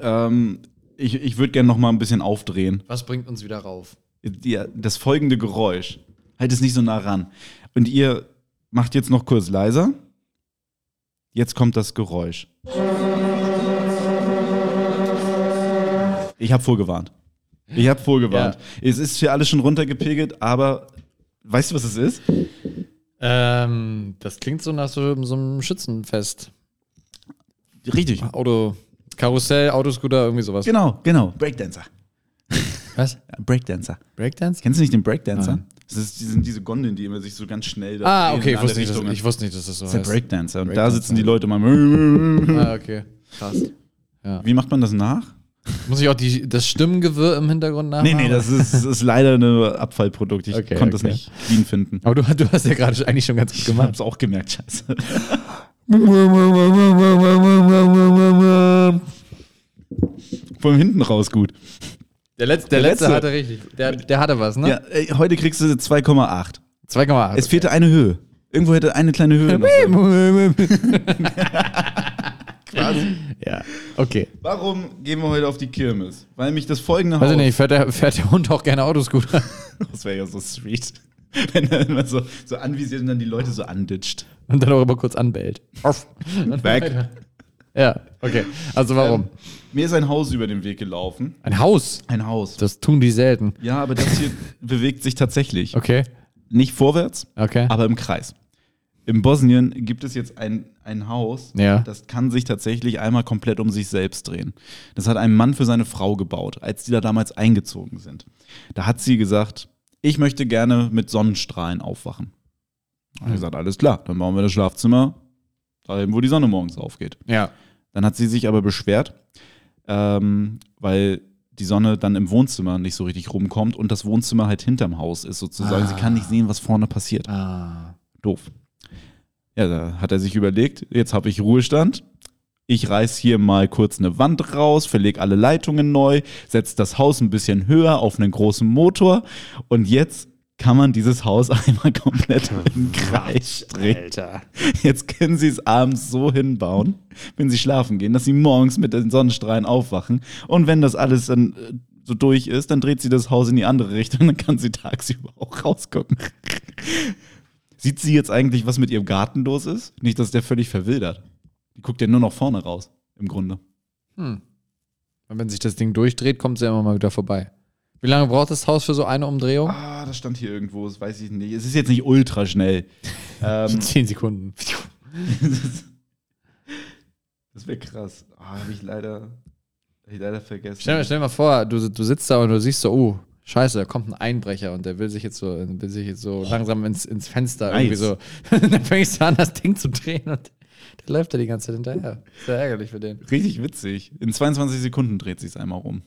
[SPEAKER 1] Ähm, ich ich würde gerne noch mal ein bisschen aufdrehen.
[SPEAKER 2] Was bringt uns wieder rauf?
[SPEAKER 1] Ja, das folgende Geräusch. Halt es nicht so nah ran. Und ihr macht jetzt noch kurz leiser. Jetzt kommt das Geräusch. Ich habe vorgewarnt. Ich habe vorgewarnt. Es ist hier alles schon runtergepegelt, aber weißt du, was es ist?
[SPEAKER 2] Ähm, das klingt so nach so, so einem Schützenfest.
[SPEAKER 1] Richtig.
[SPEAKER 2] Auto, Karussell, Autoscooter, irgendwie sowas.
[SPEAKER 1] Genau, genau. Breakdancer.
[SPEAKER 2] Was?
[SPEAKER 1] Ja, Breakdancer.
[SPEAKER 2] Breakdance?
[SPEAKER 1] Kennst du nicht den Breakdancer?
[SPEAKER 2] Nein.
[SPEAKER 1] Das, ist, die sind diese Gondeln, die immer sich so ganz schnell da
[SPEAKER 2] Ah,
[SPEAKER 1] drehen Genau.
[SPEAKER 2] okay,
[SPEAKER 1] in
[SPEAKER 2] ich
[SPEAKER 1] alle
[SPEAKER 2] wusste, nicht, dass,
[SPEAKER 1] Richtungen.
[SPEAKER 2] ich wusste nicht, dass das so
[SPEAKER 1] Das ist
[SPEAKER 2] heißt.
[SPEAKER 1] der Breakdancer. Und da
[SPEAKER 2] Breakdancer.
[SPEAKER 1] sitzen die Leute mal.
[SPEAKER 2] ah, okay. Krass.
[SPEAKER 1] Wie macht man das nach?
[SPEAKER 2] Muss ich auch die, das Stimmengewirr im Hintergrund
[SPEAKER 1] Nee,
[SPEAKER 2] nachmachen?
[SPEAKER 1] nee, das ist, das ist leider ein Abfallprodukt. Ich
[SPEAKER 2] Okay,
[SPEAKER 1] konnte es
[SPEAKER 2] okay.
[SPEAKER 1] nicht clean finden.
[SPEAKER 2] Aber du, du hast ja gerade schon- eigentlich schon ganz gut
[SPEAKER 1] Ich [laughs]
[SPEAKER 2] gemacht.
[SPEAKER 1] hab's auch gemerkt,
[SPEAKER 2] [laughs]
[SPEAKER 1] scheiße. Von hinten raus gut.
[SPEAKER 2] Der letzte, der
[SPEAKER 1] Der
[SPEAKER 2] letzte
[SPEAKER 1] letzte.
[SPEAKER 2] hatte richtig. Der, der hatte was, ne?
[SPEAKER 1] Ja, ey, heute kriegst du 2,8.
[SPEAKER 2] 2,8.
[SPEAKER 1] Es fehlte eine Höhe. Irgendwo hätte eine kleine Höhe. noch sein.
[SPEAKER 2] ja, okay.
[SPEAKER 1] Warum gehen wir heute auf die Kirmes? Weil mich das folgende
[SPEAKER 2] Weiß ich nicht, fährt der, fährt der Hund auch gerne Autoscooter? [laughs]
[SPEAKER 1] Das wäre ja so sweet. [laughs] Wenn er immer so, so anvisiert und dann die Leute so anditscht.
[SPEAKER 2] Und dann auch immer kurz anbellt.
[SPEAKER 1] Weg. Ähm,
[SPEAKER 2] Ja, okay. Also warum?
[SPEAKER 1] Mir ist ein Haus über den Weg gelaufen.
[SPEAKER 2] Ein Haus.
[SPEAKER 1] Ein Haus.
[SPEAKER 2] Das tun die selten.
[SPEAKER 1] Ja, aber das hier bewegt sich tatsächlich.
[SPEAKER 2] Okay.
[SPEAKER 1] Nicht vorwärts,
[SPEAKER 2] Okay.
[SPEAKER 1] aber im Kreis. In Bosnien gibt es jetzt ein, ein Haus,
[SPEAKER 2] Ja.
[SPEAKER 1] das kann sich tatsächlich einmal komplett um sich selbst drehen. Das hat ein Mann für seine Frau gebaut, als die da damals eingezogen sind. Da hat sie gesagt, ich möchte gerne mit Sonnenstrahlen aufwachen. Und er gesagt, alles klar, dann bauen wir das Schlafzimmer dahin, wo die Sonne morgens aufgeht.
[SPEAKER 2] ja.
[SPEAKER 1] Dann hat sie sich aber beschwert, ähm, weil die Sonne dann im Wohnzimmer nicht so richtig rumkommt und das Wohnzimmer halt hinterm Haus ist sozusagen. Sie kann nicht sehen, was vorne passiert.
[SPEAKER 2] Ah.
[SPEAKER 1] Doof. Ja, da hat er sich überlegt, jetzt habe ich Ruhestand. Ich reiß hier mal kurz eine Wand raus, verleg alle Leitungen neu, setz das Haus ein bisschen höher auf einen großen Motor und jetzt kann man dieses Haus [laughs] einmal komplett im Kreis drehen.
[SPEAKER 2] Alter.
[SPEAKER 1] Jetzt können sie es abends so hinbauen, wenn sie schlafen gehen, dass sie morgens mit den Sonnenstrahlen aufwachen. Und wenn das alles dann äh, so durch ist, dann dreht sie das Haus in die andere Richtung, dann kann sie tagsüber auch rausgucken. Sieht sie jetzt eigentlich, was mit ihrem Garten los ist? Nicht, dass der völlig verwildert. Die guckt ja nur noch vorne raus, im Grunde.
[SPEAKER 2] Und wenn sich das Ding durchdreht, kommt sie ja immer mal wieder vorbei. Wie lange braucht das Haus für so eine Umdrehung?
[SPEAKER 1] Ah, das stand hier irgendwo, das weiß ich nicht. Es ist jetzt nicht ultra
[SPEAKER 2] [laughs]
[SPEAKER 1] schnell. ähm,
[SPEAKER 2] Zehn Sekunden.
[SPEAKER 1] das wäre krass. Ah, habe ich leider, hab ich leider vergessen.
[SPEAKER 2] Stell, dir- stell dir mal vor, du, du sitzt da und du siehst so, oh, scheiße, da kommt ein Einbrecher und der will sich jetzt so, will sich jetzt so langsam ins, ins Fenster irgendwie
[SPEAKER 1] Nice.
[SPEAKER 2] so. [laughs] dann fängst du an, das Ding zu drehen und der läuft da die ganze Zeit hinterher. Sehr ärgerlich für den.
[SPEAKER 1] Richtig witzig. In 22 Sekunden dreht sich's einmal rum.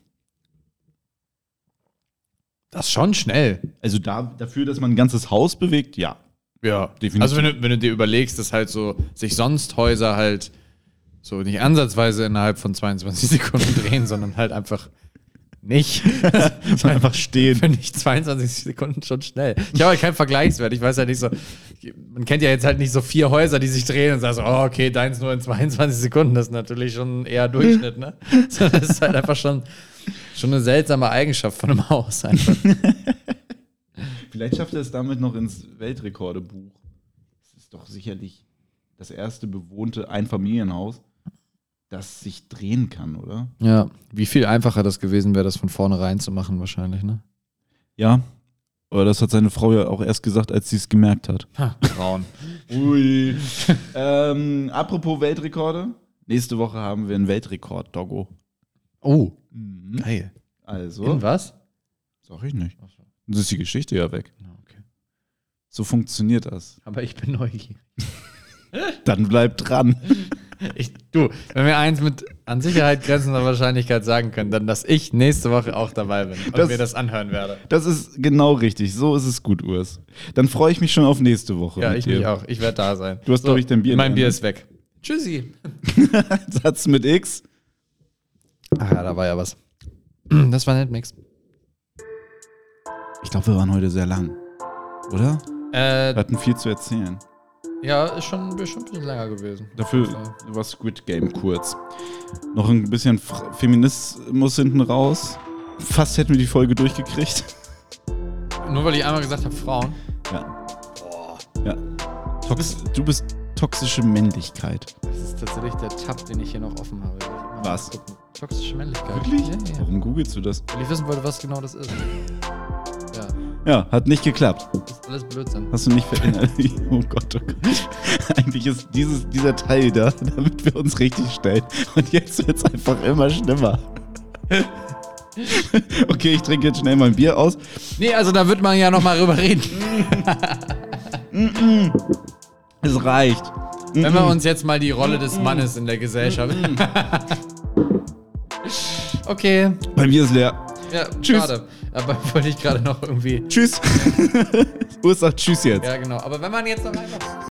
[SPEAKER 2] Das ist schon schnell.
[SPEAKER 1] Also da, dafür, dass man ein ganzes Haus bewegt, ja.
[SPEAKER 2] Ja,
[SPEAKER 1] definitiv.
[SPEAKER 2] Also wenn du, wenn du dir überlegst, dass halt so sich sonst Häuser halt [laughs] so nicht ansatzweise innerhalb von 22 Sekunden drehen, sondern halt einfach [laughs] nicht.
[SPEAKER 1] Sondern einfach stehen.
[SPEAKER 2] Finde ich 22 Sekunden schon schnell. Ich habe halt keinen Vergleichswert. Ich weiß ja nicht so, man kennt ja jetzt halt nicht so vier Häuser, die sich drehen und sagst, oh, okay, deins nur in 22 Sekunden. Das ist natürlich schon eher Durchschnitt, [laughs] ne? Sondern Das ist halt einfach schon, schon eine seltsame Eigenschaft von einem Haus. Einfach.
[SPEAKER 1] Vielleicht schafft er es damit noch ins Weltrekordebuch. Es ist doch sicherlich das erste bewohnte Einfamilienhaus, das sich drehen kann, oder?
[SPEAKER 2] Ja, wie viel einfacher das gewesen wäre, das von vornherein zu machen, wahrscheinlich, ne?
[SPEAKER 1] Ja. Aber das hat seine Frau ja auch erst gesagt, als sie es gemerkt hat.
[SPEAKER 2] Frauen.
[SPEAKER 1] Ui. [laughs] ähm, apropos Weltrekorde. Nächste Woche haben wir einen Weltrekord, Doggo.
[SPEAKER 2] Oh,
[SPEAKER 1] Mhm.
[SPEAKER 2] geil.
[SPEAKER 1] Also,
[SPEAKER 2] In was?
[SPEAKER 1] sag ich nicht.
[SPEAKER 2] Ach so.
[SPEAKER 1] Das ist die Geschichte ja weg.
[SPEAKER 2] Ja, okay.
[SPEAKER 1] So funktioniert das.
[SPEAKER 2] Aber ich bin neugierig.
[SPEAKER 1] Dann bleib dran.
[SPEAKER 2] Ich, du, wenn wir eins mit an Sicherheit grenzender Wahrscheinlichkeit sagen können, dann, dass ich nächste Woche auch dabei bin und
[SPEAKER 1] Das-
[SPEAKER 2] mir das anhören werde.
[SPEAKER 1] Das ist genau richtig. So ist es gut, Urs. Dann freue ich mich schon auf nächste Woche.
[SPEAKER 2] Ja,
[SPEAKER 1] mit
[SPEAKER 2] ich
[SPEAKER 1] dir.
[SPEAKER 2] mich auch. Ich werde da sein.
[SPEAKER 1] Du hast, glaub ich, dein Bier in
[SPEAKER 2] Mein
[SPEAKER 1] der
[SPEAKER 2] Bier
[SPEAKER 1] Hand.
[SPEAKER 2] ist weg. Tschüssi.
[SPEAKER 1] [laughs] Satz mit X.
[SPEAKER 2] Ach ja, Ah, da war ja was. [clears throat] Das war nicht nix.
[SPEAKER 1] Ich glaube, wir waren heute sehr lang. Oder? Wir
[SPEAKER 2] Äh,
[SPEAKER 1] hatten viel zu erzählen.
[SPEAKER 2] ja, ist schon bestimmt ein bisschen länger gewesen.
[SPEAKER 1] Dafür war Squid Game kurz. Noch ein bisschen F- Feminismus hinten raus. Fast hätten wir die Folge durchgekriegt. [laughs]
[SPEAKER 2] Nur weil ich einmal gesagt habe, Frauen.
[SPEAKER 1] Ja. ja. Tox du bist toxische Männlichkeit.
[SPEAKER 2] Das ist tatsächlich der Tab, den ich hier noch offen habe.
[SPEAKER 1] Was?
[SPEAKER 2] Toxische Männlichkeit.
[SPEAKER 1] Wirklich?
[SPEAKER 2] Ja, ja.
[SPEAKER 1] Warum googelst du das?
[SPEAKER 2] Weil ich wissen wollte, was genau das ist. Ja,
[SPEAKER 1] Ja, hat nicht geklappt.
[SPEAKER 2] ist alles Blödsinn.
[SPEAKER 1] Hast du nicht verinnerlicht? [laughs] Oh Gott, oh Gott. [laughs] Eigentlich ist dieses, dieser Teil da, damit wir uns richtig stellen. Und jetzt wird es einfach immer [laughs] schlimmer. Okay, ich trinke jetzt schnell mein Bier aus.
[SPEAKER 2] Nee, also da wird man ja nochmal drüber reden.
[SPEAKER 1] Es reicht.
[SPEAKER 2] Wenn wir uns jetzt mal die Rolle des Mannes in der Gesellschaft. [laughs] okay.
[SPEAKER 1] Bei mir ist leer.
[SPEAKER 2] Ja,
[SPEAKER 1] Tschüss.
[SPEAKER 2] schade. Aber
[SPEAKER 1] [laughs]
[SPEAKER 2] wollte ich gerade noch irgendwie.
[SPEAKER 1] Tschüss. Urs sagt Tschüss jetzt.
[SPEAKER 2] Ja, genau. Aber wenn man jetzt noch einfach.